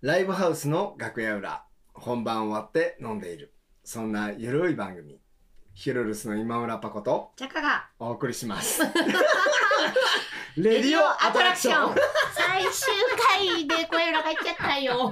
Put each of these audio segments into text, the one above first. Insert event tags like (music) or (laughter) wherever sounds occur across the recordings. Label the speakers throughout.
Speaker 1: ライブハウスの楽屋裏、本番終わって飲んでいる。そんなゆるい番組、ヒロルスの今村パコと
Speaker 2: チャカが
Speaker 1: お送りします。レディオアトラクション
Speaker 2: 最終回で声裏返っちゃった
Speaker 1: (laughs)
Speaker 2: よ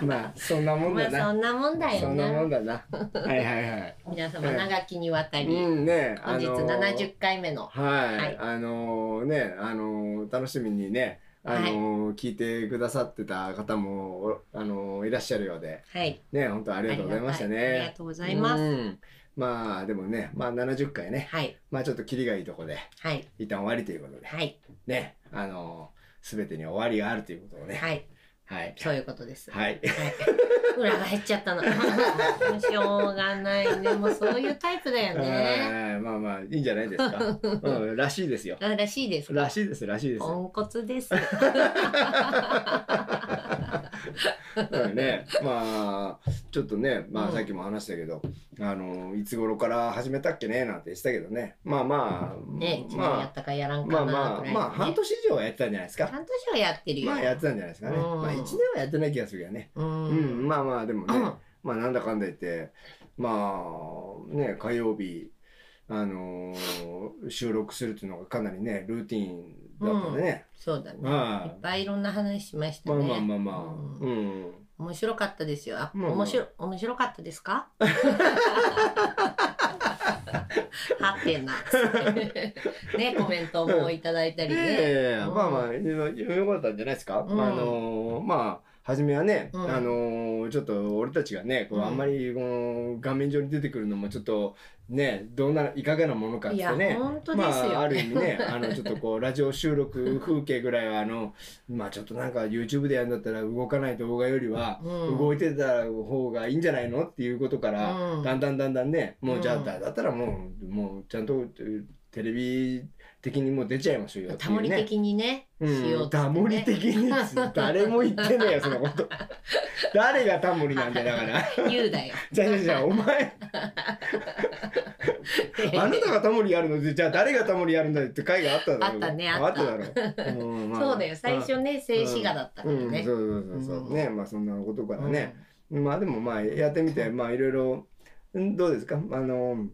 Speaker 1: まあ、そんなもん
Speaker 2: ま
Speaker 1: だ
Speaker 2: あそ
Speaker 1: な。
Speaker 2: んなもんだ
Speaker 1: そ
Speaker 2: よ
Speaker 1: んなもん
Speaker 2: な
Speaker 1: だな。はいはい
Speaker 2: (laughs)
Speaker 1: はい。
Speaker 2: 皆様長きにわたり、
Speaker 1: うんね、
Speaker 2: 本日
Speaker 1: あのー
Speaker 2: 70回目の
Speaker 1: はい、
Speaker 2: はい
Speaker 1: あのーね、あのー楽しみにね、あのー聞いてくださってた方も、おあのーいらっしゃるようで、
Speaker 2: はい
Speaker 1: ね、本当あ
Speaker 2: あ
Speaker 1: りがとうございました
Speaker 2: りがたいありが
Speaker 1: ね。
Speaker 2: とうございます、
Speaker 1: うんまあ、でもね、まあ70回ね、
Speaker 2: はい
Speaker 1: まあちょっとキリがいいとこで、
Speaker 2: はい
Speaker 1: 一旦終わりということで、
Speaker 2: はい
Speaker 1: ね、あのー、すべてに終わりがあるということをね、
Speaker 2: はい
Speaker 1: はい。
Speaker 2: そういうことです、
Speaker 1: はいい。
Speaker 2: 裏が減っちゃっ
Speaker 1: (laughs)
Speaker 2: たのしょうがないねもうそういうタイプだよね
Speaker 1: はいまあまあ、いいんじゃないです
Speaker 2: (laughs)
Speaker 1: か。うん、らしいですよ。
Speaker 2: あらしいです
Speaker 1: らしいです、らしいです。
Speaker 2: ポンコツです
Speaker 1: そうね、まあちょっとね、まあ、
Speaker 2: うん
Speaker 1: さっきも話したけど、あのいつ頃から始めたっけねなんてしたけどねまあまあ、
Speaker 2: ね一年やっ
Speaker 1: ま
Speaker 2: たかやら
Speaker 1: あ
Speaker 2: ん
Speaker 1: ま
Speaker 2: か
Speaker 1: あ
Speaker 2: な
Speaker 1: ま
Speaker 2: ぐ
Speaker 1: あ
Speaker 2: らいのね、
Speaker 1: まあ半年以上はやってたんじゃないですか
Speaker 2: 半年はやってるよ、
Speaker 1: まあやってたんじゃないですかね、
Speaker 2: うん
Speaker 1: まあ1年はやってない気がするよね
Speaker 2: う
Speaker 1: うんん、まあまあでもね、
Speaker 2: うん
Speaker 1: まあなんだかんだ言ってまあね火曜日あのー収録するっていうのがかなりねルーティンだったんでね、
Speaker 2: そうだね。
Speaker 1: はい
Speaker 2: いっぱいいろんな話しました
Speaker 1: まあ
Speaker 2: ね。
Speaker 1: まあまあまあう
Speaker 2: う
Speaker 1: んん
Speaker 2: 面白かったですよ。あ、
Speaker 1: まあまあ
Speaker 2: 面白面白かったですか？ (laughs) はて
Speaker 1: (laughs)
Speaker 2: な。ねコメントもいただいたりね。
Speaker 1: ええ
Speaker 2: うん
Speaker 1: まあまあよよかったんじゃないですか、
Speaker 2: うん
Speaker 1: あのーまあ初めはね、
Speaker 2: うん
Speaker 1: あのーちょっと俺たちがねこう
Speaker 2: うん
Speaker 1: あんまりこの画面上に出てくるのもちょっとねどうないかがなものかっ
Speaker 2: い
Speaker 1: て
Speaker 2: や
Speaker 1: ね
Speaker 2: 本当で
Speaker 1: ます
Speaker 2: よ。
Speaker 1: あ、ある意味
Speaker 2: (laughs)
Speaker 1: ねあのちょっとこうラジオ収録風景ぐらいはあのまあちょっとなんか YouTube でやるんだったら動かない動画よりは
Speaker 2: うん
Speaker 1: 動いてた方がいいんじゃないのっていうことから、
Speaker 2: うん
Speaker 1: だんだんだんだんねもうじゃあ、
Speaker 2: うん
Speaker 1: だだったらもうもうちゃんとテレビ的にもう出ちゃいましょうよって
Speaker 2: タ
Speaker 1: い
Speaker 2: モ
Speaker 1: う
Speaker 2: リ
Speaker 1: ね。
Speaker 2: 的にね、しよう
Speaker 1: うん、タモリ的に
Speaker 2: (laughs)
Speaker 1: 誰も言ってねえよそのこと誰がタモリなんだよだから
Speaker 2: 言うだよ。
Speaker 1: (laughs) じゃあじゃあじゃ
Speaker 2: (laughs)
Speaker 1: あお前あなたがタモリやるのでじゃあ誰がタモリやるんだよって回があっただろ
Speaker 2: あったねあった
Speaker 1: あっただろ、
Speaker 2: (laughs)
Speaker 1: うんまあ
Speaker 2: そうだよ。最初ね静止画だったから
Speaker 1: うん、
Speaker 2: ね。
Speaker 1: そうそうそうそう、
Speaker 2: うん
Speaker 1: ねまあそんなことからね、まあでもまあやってみてまあいろいろんどうですかあの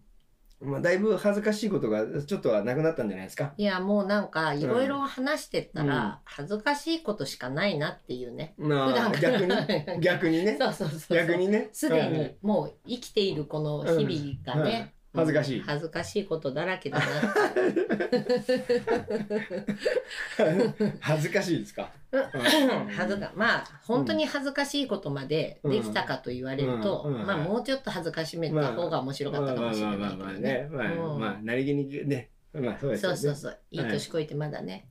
Speaker 1: まあだいぶ恥ずかしいことがちょっとはなくなったんじゃないですか
Speaker 2: いやもうなんかいろいろ話してったら恥ずかしいことしかないなっていうね。
Speaker 1: ま
Speaker 2: 普
Speaker 1: あ
Speaker 2: 段から
Speaker 1: 逆に逆にね
Speaker 2: (laughs) そうそうそうそう。
Speaker 1: 逆にね
Speaker 2: すで
Speaker 1: うん
Speaker 2: にもう生きているこの日々がね、
Speaker 1: うんうん恥ずかしい
Speaker 2: 恥ずかしいことだらけだな
Speaker 1: 恥ずかしいですか。
Speaker 2: うん (laughs) 恥ずかまあ本当に恥ずかしいことまでできたかと言われると、
Speaker 1: うんうん
Speaker 2: まあもうちょっと恥ずかしめた方が面白かったかもしれないけど
Speaker 1: ま
Speaker 2: ね。
Speaker 1: あまあまあまあね、まあ、
Speaker 2: うん
Speaker 1: まあ、なりげにね、まあ、そうです
Speaker 2: そ
Speaker 1: よ
Speaker 2: う
Speaker 1: ね。
Speaker 2: そうそう、いい年こいてまだね。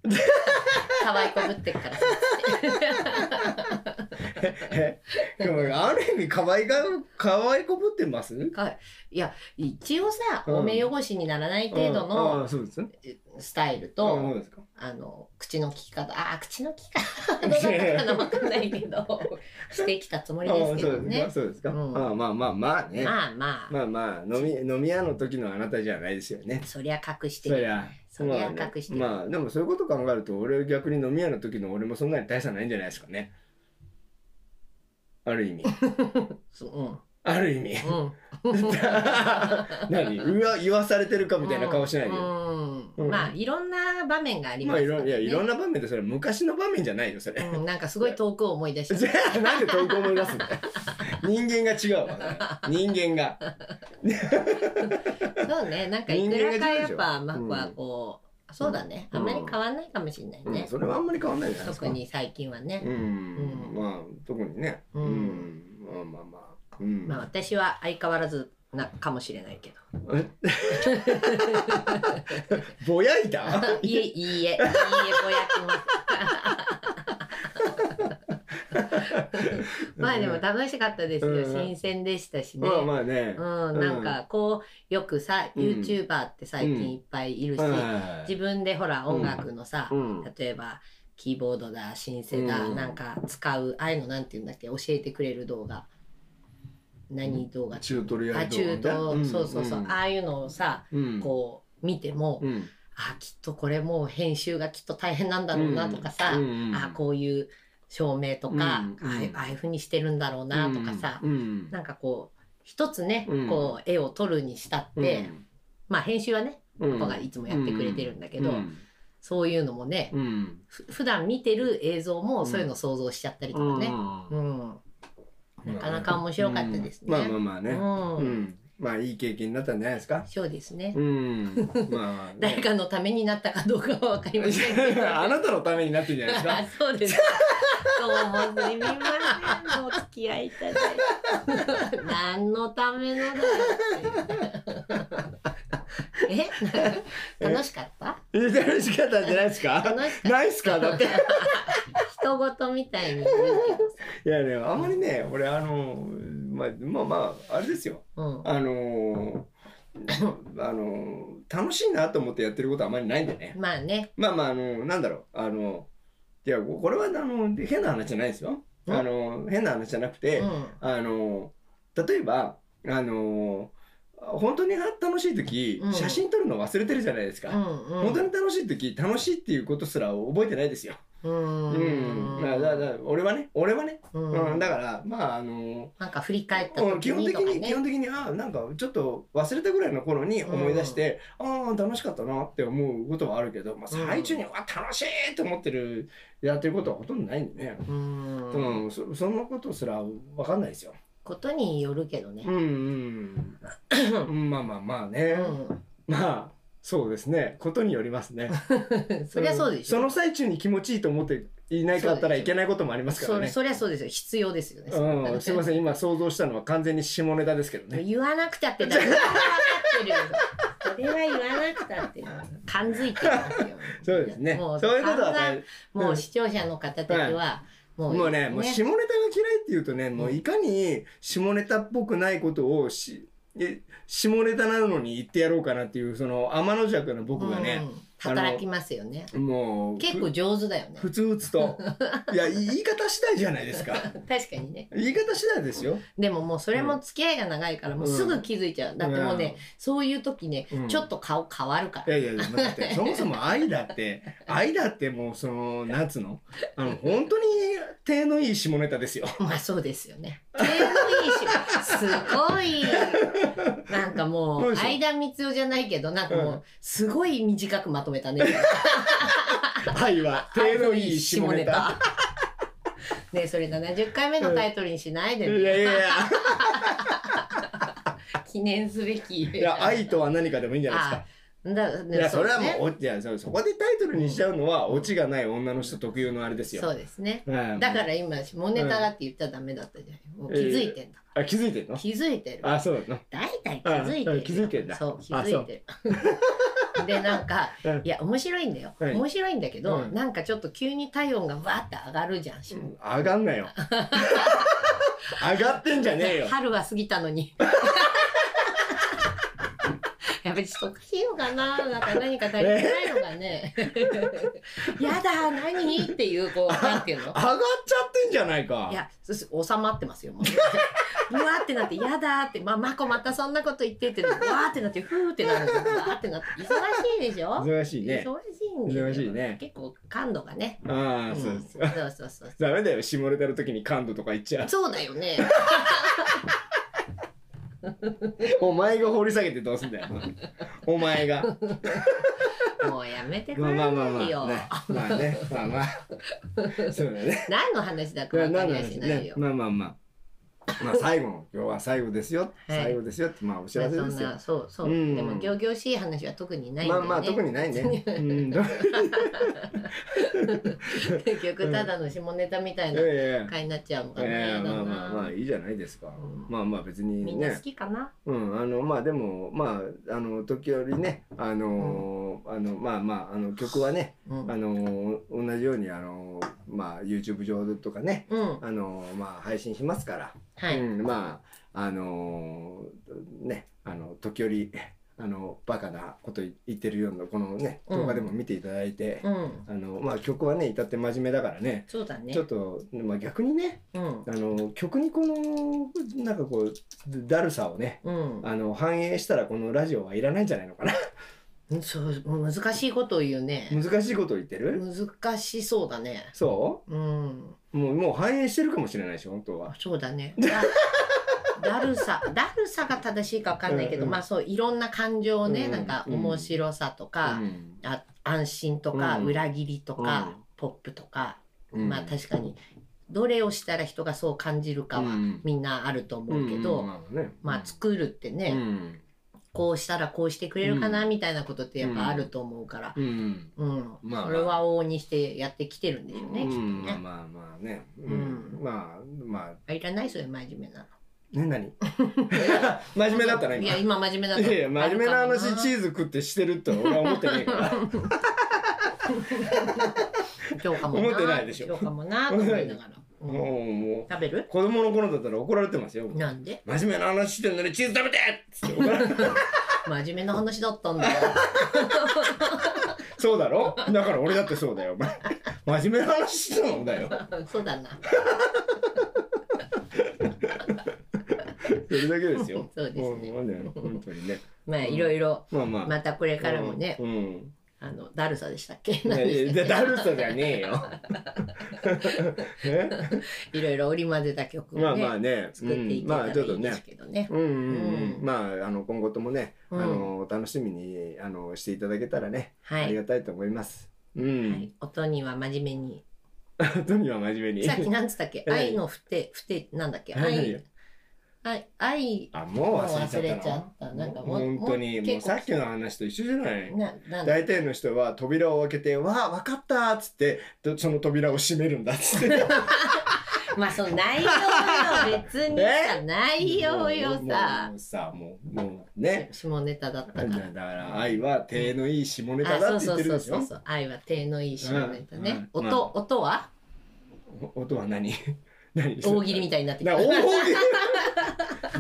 Speaker 2: 可愛いこぶってっからさ。
Speaker 1: えでも、ある意味、可愛が、可愛いこぶってます。
Speaker 2: 一応さ、
Speaker 1: うん
Speaker 2: お目汚しにならない程度
Speaker 1: うん
Speaker 2: の
Speaker 1: あそうですね。
Speaker 2: スタイル
Speaker 1: あ
Speaker 2: と、
Speaker 1: そうですか。
Speaker 2: あの、口の利き方、ああ、口の利き方、どうだったかなわかんないけ
Speaker 1: (laughs)
Speaker 2: ど、してきたつもりです
Speaker 1: あ
Speaker 2: け
Speaker 1: そ
Speaker 2: ど
Speaker 1: うです
Speaker 2: ね
Speaker 1: か。。そうですか。
Speaker 2: うん
Speaker 1: あ、まあ、まあ、まあね。
Speaker 2: まあまあ、
Speaker 1: まあ、まあ、飲み、飲み屋の時のあなたじゃないですよね。
Speaker 2: そりゃ隠して
Speaker 1: そり
Speaker 2: る。
Speaker 1: ゃ。
Speaker 2: そりゃ
Speaker 1: まあね
Speaker 2: 隠してる
Speaker 1: まあ、でも、そういうこと考えると、俺、逆に飲み屋の時の俺も、そんなに大差ないんじゃないですかね。ある意味。
Speaker 2: (laughs) そうん。
Speaker 1: ある意
Speaker 2: (laughs)
Speaker 1: 味。
Speaker 2: うん。
Speaker 1: 何うわ言わされてるか (laughs) みたいな顔しないで、
Speaker 2: う。
Speaker 1: うんん
Speaker 2: まあ、いろんな場面があり
Speaker 1: ま
Speaker 2: ま
Speaker 1: あ
Speaker 2: す
Speaker 1: い
Speaker 2: から
Speaker 1: ろ
Speaker 2: ね。
Speaker 1: いやいろんな場面でそれ昔の場面じゃないよそれ、
Speaker 2: うんなんかすごい遠くを思い出
Speaker 1: (laughs)
Speaker 2: し
Speaker 1: じゃ
Speaker 2: た。
Speaker 1: あなんで遠く思い出すんだよ人間が違うわそれ人間が
Speaker 2: そうね、なんかいくら
Speaker 1: 人間
Speaker 2: か
Speaker 1: が違うで
Speaker 2: やっ
Speaker 1: しょ
Speaker 2: ぱ、マコはこう、そうだね、
Speaker 1: うん
Speaker 2: あんまり変わんないかもしれない
Speaker 1: うん
Speaker 2: (laughs) ね。
Speaker 1: それはあんまり変わんないじゃないですか
Speaker 2: 特に最近はね
Speaker 1: う。ん、
Speaker 2: うん
Speaker 1: まあ特にね
Speaker 2: うん
Speaker 1: うんまあまあまあうん、
Speaker 2: まあ、私は相変わらずな、かもしれないけど。
Speaker 1: (laughs) ぼやいた
Speaker 2: いえ、いいえ、いいえ、ぼやきます。
Speaker 1: (laughs)
Speaker 2: (laughs) まあでも楽しかったですよ。
Speaker 1: うん
Speaker 2: 新鮮でしたしね。
Speaker 1: まあまあね、
Speaker 2: うん、なんかこう、よくさ、
Speaker 1: うん
Speaker 2: YouTuber って最近いっぱいいるし、
Speaker 1: はい
Speaker 2: 自分でほら、音楽のさ、
Speaker 1: うん
Speaker 2: 例えば、キーボードだ、シンセだ、
Speaker 1: うん
Speaker 2: なんか使う、ああいうのなんて言うんだっけ、教えてくれる動画。何動画
Speaker 1: チュートリア
Speaker 2: あ、
Speaker 1: ル動
Speaker 2: 中
Speaker 1: 画みたいな
Speaker 2: 東、そうそうそう、ああいうのをさ、
Speaker 1: うん
Speaker 2: こう、見ても、
Speaker 1: うん
Speaker 2: あきっとこれもう編集がきっと大変なんだろうなとかさ、
Speaker 1: うんうんうん
Speaker 2: あこういう照明とか、
Speaker 1: うんうん
Speaker 2: ああいうああいうふうにしてるんだろうなとかさ、
Speaker 1: うん
Speaker 2: なんかこう一つね、
Speaker 1: うん
Speaker 2: こう絵を撮るにしたって、まあ編集はね
Speaker 1: うん
Speaker 2: パパがいつもやってくれてるんだけど、
Speaker 1: うん
Speaker 2: そういうのもね、
Speaker 1: うん
Speaker 2: ふ普段見てる映像もそういうの想像しちゃったりとかね、
Speaker 1: う
Speaker 2: うんんなかなか面白かったですね。
Speaker 1: うんまあまあまあね、
Speaker 2: うん
Speaker 1: うん、まあいい経験になったんじゃないですか。
Speaker 2: そうですね、
Speaker 1: うん、まあ、
Speaker 2: 誰かのためになったかどうかは分かりませんけ
Speaker 1: (laughs)
Speaker 2: ど。
Speaker 1: あなたのためになってんじゃないです
Speaker 2: (laughs)
Speaker 1: か。
Speaker 2: そうです。どうもすみません。お付き合いいただいて。何のためのだよっていう。え楽しかった
Speaker 1: 楽しかったんじゃないです
Speaker 2: (laughs)
Speaker 1: か。
Speaker 2: 楽しかっ
Speaker 1: ないっすかだって。
Speaker 2: た。人事みたいに言うけどさ。
Speaker 1: いやね、あんまりね、俺あの、まあまあまああれですよ。
Speaker 2: うん。
Speaker 1: あのーあのー楽しいなと思ってやってることはあまりないんでね。
Speaker 2: まあね。
Speaker 1: まあまああのなんだろうあのいやこれはあの変な話じゃないですよ。
Speaker 2: ん
Speaker 1: あの変な話じゃなくて。
Speaker 2: うん。
Speaker 1: あの例えばあの本当に楽しい時、
Speaker 2: うん
Speaker 1: 写真撮るの忘れてるじゃないですか、
Speaker 2: うんうん。
Speaker 1: 本当に楽しい時楽しいっていうことすら覚えてないですよ。
Speaker 2: うん。
Speaker 1: うん、だだだ俺はね俺はね、うん
Speaker 2: うん。
Speaker 1: だからまああの
Speaker 2: なんか振り返った
Speaker 1: うん
Speaker 2: 時
Speaker 1: 基本
Speaker 2: に
Speaker 1: 的
Speaker 2: とか
Speaker 1: に、基
Speaker 2: ね。
Speaker 1: 本的にあなんかちょっと忘れたぐらいの頃に思い出して、ああ楽しかったなって思うことはあるけど、まあ、
Speaker 2: うん
Speaker 1: 最中に、うわ楽しいと思ってるやってることはほとんどないんでね、
Speaker 2: う。
Speaker 1: うんんそそんなことすら分かんないですよ。
Speaker 2: ことによるけどね
Speaker 1: う。んうんまあまあまあね、
Speaker 2: う
Speaker 1: まあそうですねことによりますね
Speaker 2: ん。 (laughs) そりゃそうでし
Speaker 1: そ
Speaker 2: ょ。
Speaker 1: の最中に気持ちいいと思っていないかったらいけないこともありますから
Speaker 2: そ
Speaker 1: ね
Speaker 2: そりゃそうですよ。必要ですよね。
Speaker 1: うん、すいません今想像したのは完全に下ネタですけどね
Speaker 2: 言わなくたってだ
Speaker 1: (laughs)
Speaker 2: 分かってるよ。それは言わなくたって感づいてますよ。
Speaker 1: そうですね
Speaker 2: もう
Speaker 1: そういうことは
Speaker 2: 散
Speaker 1: ね
Speaker 2: 々もう視聴者の方たちは、もう
Speaker 1: もうねもう下ネタが嫌いっていうとねもういかに下ネタっぽくないことをしえ下ネタなのに言ってやろうかなっていうその天の弱な僕が
Speaker 2: う
Speaker 1: ね、
Speaker 2: ん働きますよね。
Speaker 1: もう
Speaker 2: 結構上手だよね。
Speaker 1: ふつふつといや言い方次第じゃないですか
Speaker 2: (laughs) 確かにね。
Speaker 1: 言い方次第ですよ
Speaker 2: でももうそれも付き合いが長いからもうすぐ気づいちゃう。だってもうね、そういう時ね、
Speaker 1: うん
Speaker 2: ちょっと顔変わるか
Speaker 1: い
Speaker 2: ら。
Speaker 1: やいやいやだってそもそも愛だって愛だってもうその夏のあの本当に手のいい下ネタ
Speaker 2: (laughs)
Speaker 1: ですよ
Speaker 2: まあそうですよね。手もいいし、すごい。なんかも
Speaker 1: どう
Speaker 2: う、
Speaker 1: でしょう
Speaker 2: 間光代じゃないけど、なんかも
Speaker 1: うん
Speaker 2: う、すごい短くまとめたね。
Speaker 1: 愛は手のいい下ネタ。
Speaker 2: (laughs) ねそれ70回目のタイトルにしないで
Speaker 1: いやいやい
Speaker 2: ね。
Speaker 1: や
Speaker 2: (laughs) 記念すべき。
Speaker 1: いや愛とは何かでもいいんじゃないですか
Speaker 2: だね
Speaker 1: いやそれはも
Speaker 2: う
Speaker 1: うおいやそそこでタイトルにしちゃうのはオチがない女の人特有のあれです
Speaker 2: ですね
Speaker 1: よ
Speaker 2: そうですね。
Speaker 1: うん
Speaker 2: だから今、下ネタだって言っちゃダメだったじゃない。もう気づいてんだ。
Speaker 1: あ気づいてんの
Speaker 2: 気づいてる。
Speaker 1: あそうなの
Speaker 2: 大体気づいてる
Speaker 1: あ気づいてんだ
Speaker 2: そう気
Speaker 1: あ
Speaker 2: づいてる (laughs) でなんか
Speaker 1: うん
Speaker 2: いや面白いんだよ、
Speaker 1: はい
Speaker 2: 面白いんだけど、
Speaker 1: うん
Speaker 2: なんかちょっと急に体温がわーって上がるじゃんし
Speaker 1: 上がんな
Speaker 2: (laughs)
Speaker 1: よ上がってんじゃねえよ
Speaker 2: 春は過ぎたのにやっぱりちょっとおかしいのかななんか何か足りてないのかねやだ何っていう
Speaker 1: (laughs)
Speaker 2: こうなんていうの
Speaker 1: 上がっちゃってんじゃないか
Speaker 2: いやすす収まってますよもううわーってなって「やだ」って「まあ、まこまたそんなこと言って」ってわーってなってふーってなるんだわーってなって忙しいでしょ
Speaker 1: 忙しいね
Speaker 2: 忙しいんですよ
Speaker 1: 忙しいね
Speaker 2: 結構感度がね、
Speaker 1: ああ、
Speaker 2: ん、
Speaker 1: そうです
Speaker 2: そうそうそう
Speaker 1: ダメだよ下ネタの時に感度とか言っちゃう
Speaker 2: そうだよ
Speaker 1: (laughs)
Speaker 2: ね
Speaker 1: お前が掘り下げてどうすんだ
Speaker 2: (laughs)
Speaker 1: よお前が
Speaker 2: もうやめてく
Speaker 1: まあ
Speaker 2: れ
Speaker 1: ま
Speaker 2: な
Speaker 1: あまあまあ
Speaker 2: い
Speaker 1: ね
Speaker 2: よ
Speaker 1: まあねまあまあ
Speaker 2: (laughs)
Speaker 1: そうだね
Speaker 2: 何の話だか
Speaker 1: な
Speaker 2: 分か
Speaker 1: ん
Speaker 2: り
Speaker 1: な
Speaker 2: や
Speaker 1: ん
Speaker 2: し
Speaker 1: で
Speaker 2: ない
Speaker 1: ね
Speaker 2: よ、
Speaker 1: まあまあまあまあ最後の今日は最後ですよ、最後ですよってまあお知
Speaker 2: ま
Speaker 1: ら
Speaker 2: あ
Speaker 1: せ
Speaker 2: そ
Speaker 1: で
Speaker 2: ん
Speaker 1: すよ
Speaker 2: なそうそう、
Speaker 1: うん
Speaker 2: でも仰々しい話は特にないん
Speaker 1: まあ
Speaker 2: だよね、
Speaker 1: まあ特にない
Speaker 2: (laughs)
Speaker 1: ね。うん、どう
Speaker 2: 結局ただの下ネタみたい
Speaker 1: い
Speaker 2: な
Speaker 1: やいやいや。
Speaker 2: 回になっちゃうのかな、
Speaker 1: ええ
Speaker 2: やだ
Speaker 1: ま
Speaker 2: な
Speaker 1: あまあまあいいじゃないですか。
Speaker 2: うん
Speaker 1: まあまあ別にね。
Speaker 2: みんな好きかな、
Speaker 1: うん、あのまあでもまああの時折ねあのーあのまあまああの曲はね
Speaker 2: うん
Speaker 1: あのー同じようにあのーまあ YouTube 上とかね
Speaker 2: うん、
Speaker 1: あのーまあ配信しますから、
Speaker 2: はい、
Speaker 1: うん、まああのーねあの時折あのバカなこと言ってるようなこのね
Speaker 2: うん
Speaker 1: 動画でも見ていただいて、
Speaker 2: うん、
Speaker 1: あのまあ曲はね至って真面目だからね
Speaker 2: そうだね
Speaker 1: ちょっと、まあ、逆にね
Speaker 2: うん
Speaker 1: あの曲にこのなんかこうだるさをね
Speaker 2: うん (laughs)
Speaker 1: あの反映したらこのラジオはいらないんじゃないのかな。
Speaker 2: そうもう難しいことを言うね
Speaker 1: 難しいこと言ってる
Speaker 2: 難しそうだね
Speaker 1: そ
Speaker 2: う
Speaker 1: う
Speaker 2: ん
Speaker 1: もうもう反映してるかもしれないし本当は
Speaker 2: そうだねだ (laughs) だるさだるさが正しいか分かんないけ
Speaker 1: う
Speaker 2: ど、
Speaker 1: んうん
Speaker 2: まあそういろんな感情をね、
Speaker 1: うん
Speaker 2: なんか面白さとか、
Speaker 1: うん
Speaker 2: あ安心とか、
Speaker 1: うん
Speaker 2: 裏切りとか、
Speaker 1: うん
Speaker 2: ポップとか、
Speaker 1: うん
Speaker 2: まあ確かにどれをしたら人がそう感じるかは
Speaker 1: うん
Speaker 2: みんなあると思うけど、
Speaker 1: んまあね
Speaker 2: まあ作るってね、
Speaker 1: うん
Speaker 2: こうしたらこうしてくれるかな
Speaker 1: うん
Speaker 2: みたいなことってやっぱあると思うから、
Speaker 1: うん
Speaker 2: うん
Speaker 1: まあ
Speaker 2: それは往々にしてやってきてるんでしょうね、
Speaker 1: う
Speaker 2: きっと
Speaker 1: ん
Speaker 2: ね。
Speaker 1: まあまあね、う
Speaker 2: うん
Speaker 1: ん、まあま
Speaker 2: あいらないそれ真面目なの。
Speaker 1: あね
Speaker 2: (laughs)
Speaker 1: 何真面目だったない今
Speaker 2: や今真面目だ
Speaker 1: いやいや真面目な話チ
Speaker 2: ー
Speaker 1: ーズ食ってしてるとは俺は思ってない
Speaker 2: (laughs)
Speaker 1: から
Speaker 2: そうかもな
Speaker 1: 思ってないでしょ
Speaker 2: そうかもなと思いながら、うん
Speaker 1: もうも
Speaker 2: 食べる
Speaker 1: う子供の頃だったら怒られてますよ
Speaker 2: なんで
Speaker 1: 真面目な話してんのにチーズ食べてっつって怒られて
Speaker 2: 真面目な話だったんだよ
Speaker 1: (laughs) そうだろだから俺だってそうだよお前真面目な話してたんだよ
Speaker 2: そうだな。
Speaker 1: それだけですよ
Speaker 2: そうですね
Speaker 1: うんうん本当にね
Speaker 2: まあいろいろ
Speaker 1: まあまあ
Speaker 2: またこれからもね、
Speaker 1: うんうん
Speaker 2: あのだるさでしたっけ？
Speaker 1: い
Speaker 2: 何
Speaker 1: や
Speaker 2: で
Speaker 1: い
Speaker 2: し
Speaker 1: やだ
Speaker 2: たっけ
Speaker 1: だるさじゃねえよえ
Speaker 2: いろいろ織り交ぜた曲
Speaker 1: ま
Speaker 2: を
Speaker 1: あまあ
Speaker 2: (laughs) ね
Speaker 1: ね
Speaker 2: 作っていけ
Speaker 1: うん
Speaker 2: た
Speaker 1: ま
Speaker 2: ら
Speaker 1: あ
Speaker 2: い
Speaker 1: ちょっと
Speaker 2: いで
Speaker 1: ね
Speaker 2: すけどね。
Speaker 1: うんうんうん
Speaker 2: うん
Speaker 1: まああの今後ともね、
Speaker 2: うん
Speaker 1: あの楽しみにあのしていただけたらね、
Speaker 2: は
Speaker 1: あり
Speaker 2: い。
Speaker 1: がたいと思います。う
Speaker 2: は
Speaker 1: ん。
Speaker 2: い音には真面
Speaker 1: (laughs)
Speaker 2: 目に。
Speaker 1: 後には真面目に。
Speaker 2: さっきなんつったっけ？
Speaker 1: うん
Speaker 2: 愛のふてふてなんだっけ？
Speaker 1: 何
Speaker 2: 愛愛愛
Speaker 1: あもう忘れちゃった
Speaker 2: もう忘れちゃったなんかも
Speaker 1: 本
Speaker 2: う
Speaker 1: 当に
Speaker 2: もう
Speaker 1: もうさっきの話と一緒じゃない。
Speaker 2: ななんだ。
Speaker 1: 大体の人は扉を開けて「わあ分かった」っつってどその扉を閉めるんだっつって
Speaker 2: (laughs) まあその内容よ別
Speaker 1: (laughs)
Speaker 2: にさ内容よ
Speaker 1: もう
Speaker 2: さ
Speaker 1: もうさもうもうね
Speaker 2: 下ネタだったか
Speaker 1: だ
Speaker 2: ら。
Speaker 1: から愛は手のいい下ネ
Speaker 2: あ
Speaker 1: タ
Speaker 2: そ
Speaker 1: だっ
Speaker 2: う
Speaker 1: て言ってるで
Speaker 2: そうそう
Speaker 1: し
Speaker 2: そう
Speaker 1: ょ
Speaker 2: そう愛は手のいい下ネタね。
Speaker 1: うんうん
Speaker 2: 音音は
Speaker 1: お音は何 (laughs) 何
Speaker 2: 大喜利みたいになってき
Speaker 1: な
Speaker 2: た。
Speaker 1: 大喜利 (laughs)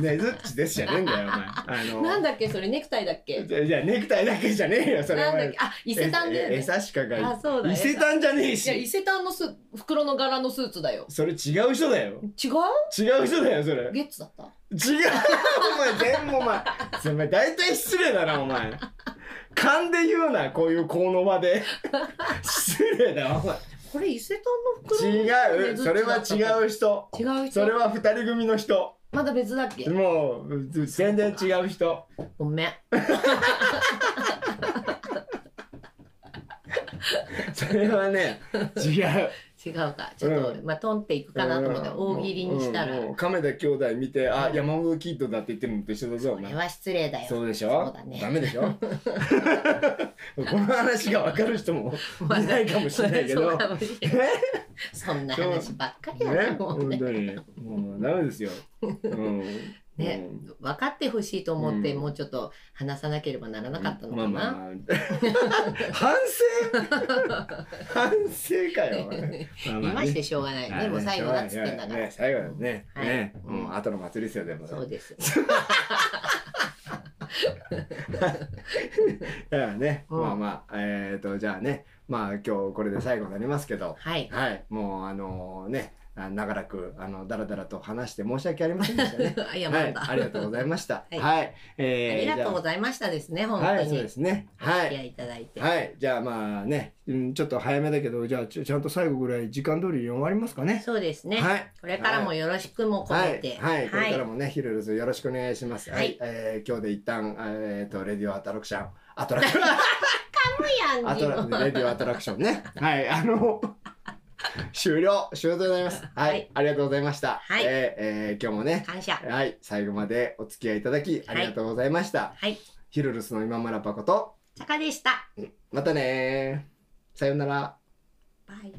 Speaker 1: ねずっちですじゃねえんだよお前あの
Speaker 2: なんだっけそれネクタイだっけ
Speaker 1: じゃじゃあネクタイだけじゃねえよそれ
Speaker 2: な
Speaker 1: は
Speaker 2: んだっけあ伊勢丹だよ
Speaker 1: ええ
Speaker 2: ね
Speaker 1: 餌しかが
Speaker 2: あそうだ
Speaker 1: 伊
Speaker 2: ね
Speaker 1: 勢丹じゃねえ
Speaker 2: いや伊
Speaker 1: し
Speaker 2: 勢丹のス袋の柄のスーツだよ
Speaker 1: それ違う人だよ
Speaker 2: 違う
Speaker 1: 違う人だよそれ違う
Speaker 2: ゲッツだった
Speaker 1: お前全部お前それお前大体失礼だなお前勘で言うなこういうこの場で失礼だお前
Speaker 2: これ伊勢丹の袋
Speaker 1: 違うそれは違
Speaker 2: う
Speaker 1: う人
Speaker 2: 違う人
Speaker 1: それは二人組の人
Speaker 2: まだ別だっけ
Speaker 1: もう全然違う人
Speaker 2: ごめん
Speaker 1: それはね違う
Speaker 2: 違うかちょっと、
Speaker 1: う
Speaker 2: まあトンっていくかなと思って大喜利にしたら、
Speaker 1: うんうん亀田兄弟見てあ、
Speaker 2: うん
Speaker 1: 山本キッドだって言ってるのと一緒だぞお
Speaker 2: これ
Speaker 1: 前
Speaker 2: は失礼だよ
Speaker 1: そうでしょ
Speaker 2: そうだね
Speaker 1: ダメでしょ (laughs) この話が分かる人もい
Speaker 2: (laughs) まあ
Speaker 1: ないかもしれないけ
Speaker 2: そ
Speaker 1: ど
Speaker 2: うか (laughs) もしれないそんな話ばっかり
Speaker 1: ね
Speaker 2: やなもう
Speaker 1: 本
Speaker 2: ね
Speaker 1: 当にもうダメですよ、うん、
Speaker 2: ね
Speaker 1: うん
Speaker 2: 分かってほしいと思って、
Speaker 1: うん
Speaker 2: もうちょっと話さなければならなかったのかな、
Speaker 1: まあ
Speaker 2: (laughs)
Speaker 1: まあまあ反省反省かよまあまあね
Speaker 2: 今してしょうがないねもう最後だっつってんだから、
Speaker 1: ね最後だね、
Speaker 2: はい
Speaker 1: ね、
Speaker 2: うん
Speaker 1: もう後の祭りですよでも
Speaker 2: そうです
Speaker 1: だからね、
Speaker 2: うん
Speaker 1: まあまあえっ、とじゃあねまあ今日これで最後になりますけど (laughs)
Speaker 2: はい。
Speaker 1: はい、もうあのねあ長らくあのだらだらと話して申し訳ありませんでしたね
Speaker 2: 謝
Speaker 1: は
Speaker 2: る
Speaker 1: い
Speaker 2: んだ、、
Speaker 1: ありがとうございました。
Speaker 2: はい
Speaker 1: はい、
Speaker 2: あ
Speaker 1: え
Speaker 2: り
Speaker 1: ー
Speaker 2: がとうございましたですね、本
Speaker 1: じゃあは
Speaker 2: 当
Speaker 1: い、そう
Speaker 2: に。
Speaker 1: ですね。
Speaker 2: お付き
Speaker 1: は
Speaker 2: 合
Speaker 1: い。
Speaker 2: いいただいて。
Speaker 1: はい、じゃあまあね、うん、ちょっと早めだけど、じゃあちょちゃんと最後ぐらい時間通りに終わりますかね。
Speaker 2: そうですね、
Speaker 1: はい。
Speaker 2: これからもよろしくも
Speaker 1: は
Speaker 2: 込め
Speaker 1: い、
Speaker 2: て。
Speaker 1: はい、これからもね、ひろゆるずよろしくお願いします。
Speaker 2: は
Speaker 1: はいい、えー今日で一旦、えっ、と、レディオアトラクション、アトラク
Speaker 2: (laughs)
Speaker 1: ション。ア
Speaker 2: はい
Speaker 1: トラレディオアトラクションね。はい、あの、終了、終了でございます。はい、
Speaker 2: はい
Speaker 1: ありがとうございました。
Speaker 2: はい
Speaker 1: えーえー今日もね、
Speaker 2: 感謝。
Speaker 1: はい、最後までお付き合いいただき、ありがとうございました。
Speaker 2: はい、
Speaker 1: ヒルルスの今村パコと、
Speaker 2: 坂でした。
Speaker 1: またねー。さようなら。
Speaker 2: バイ。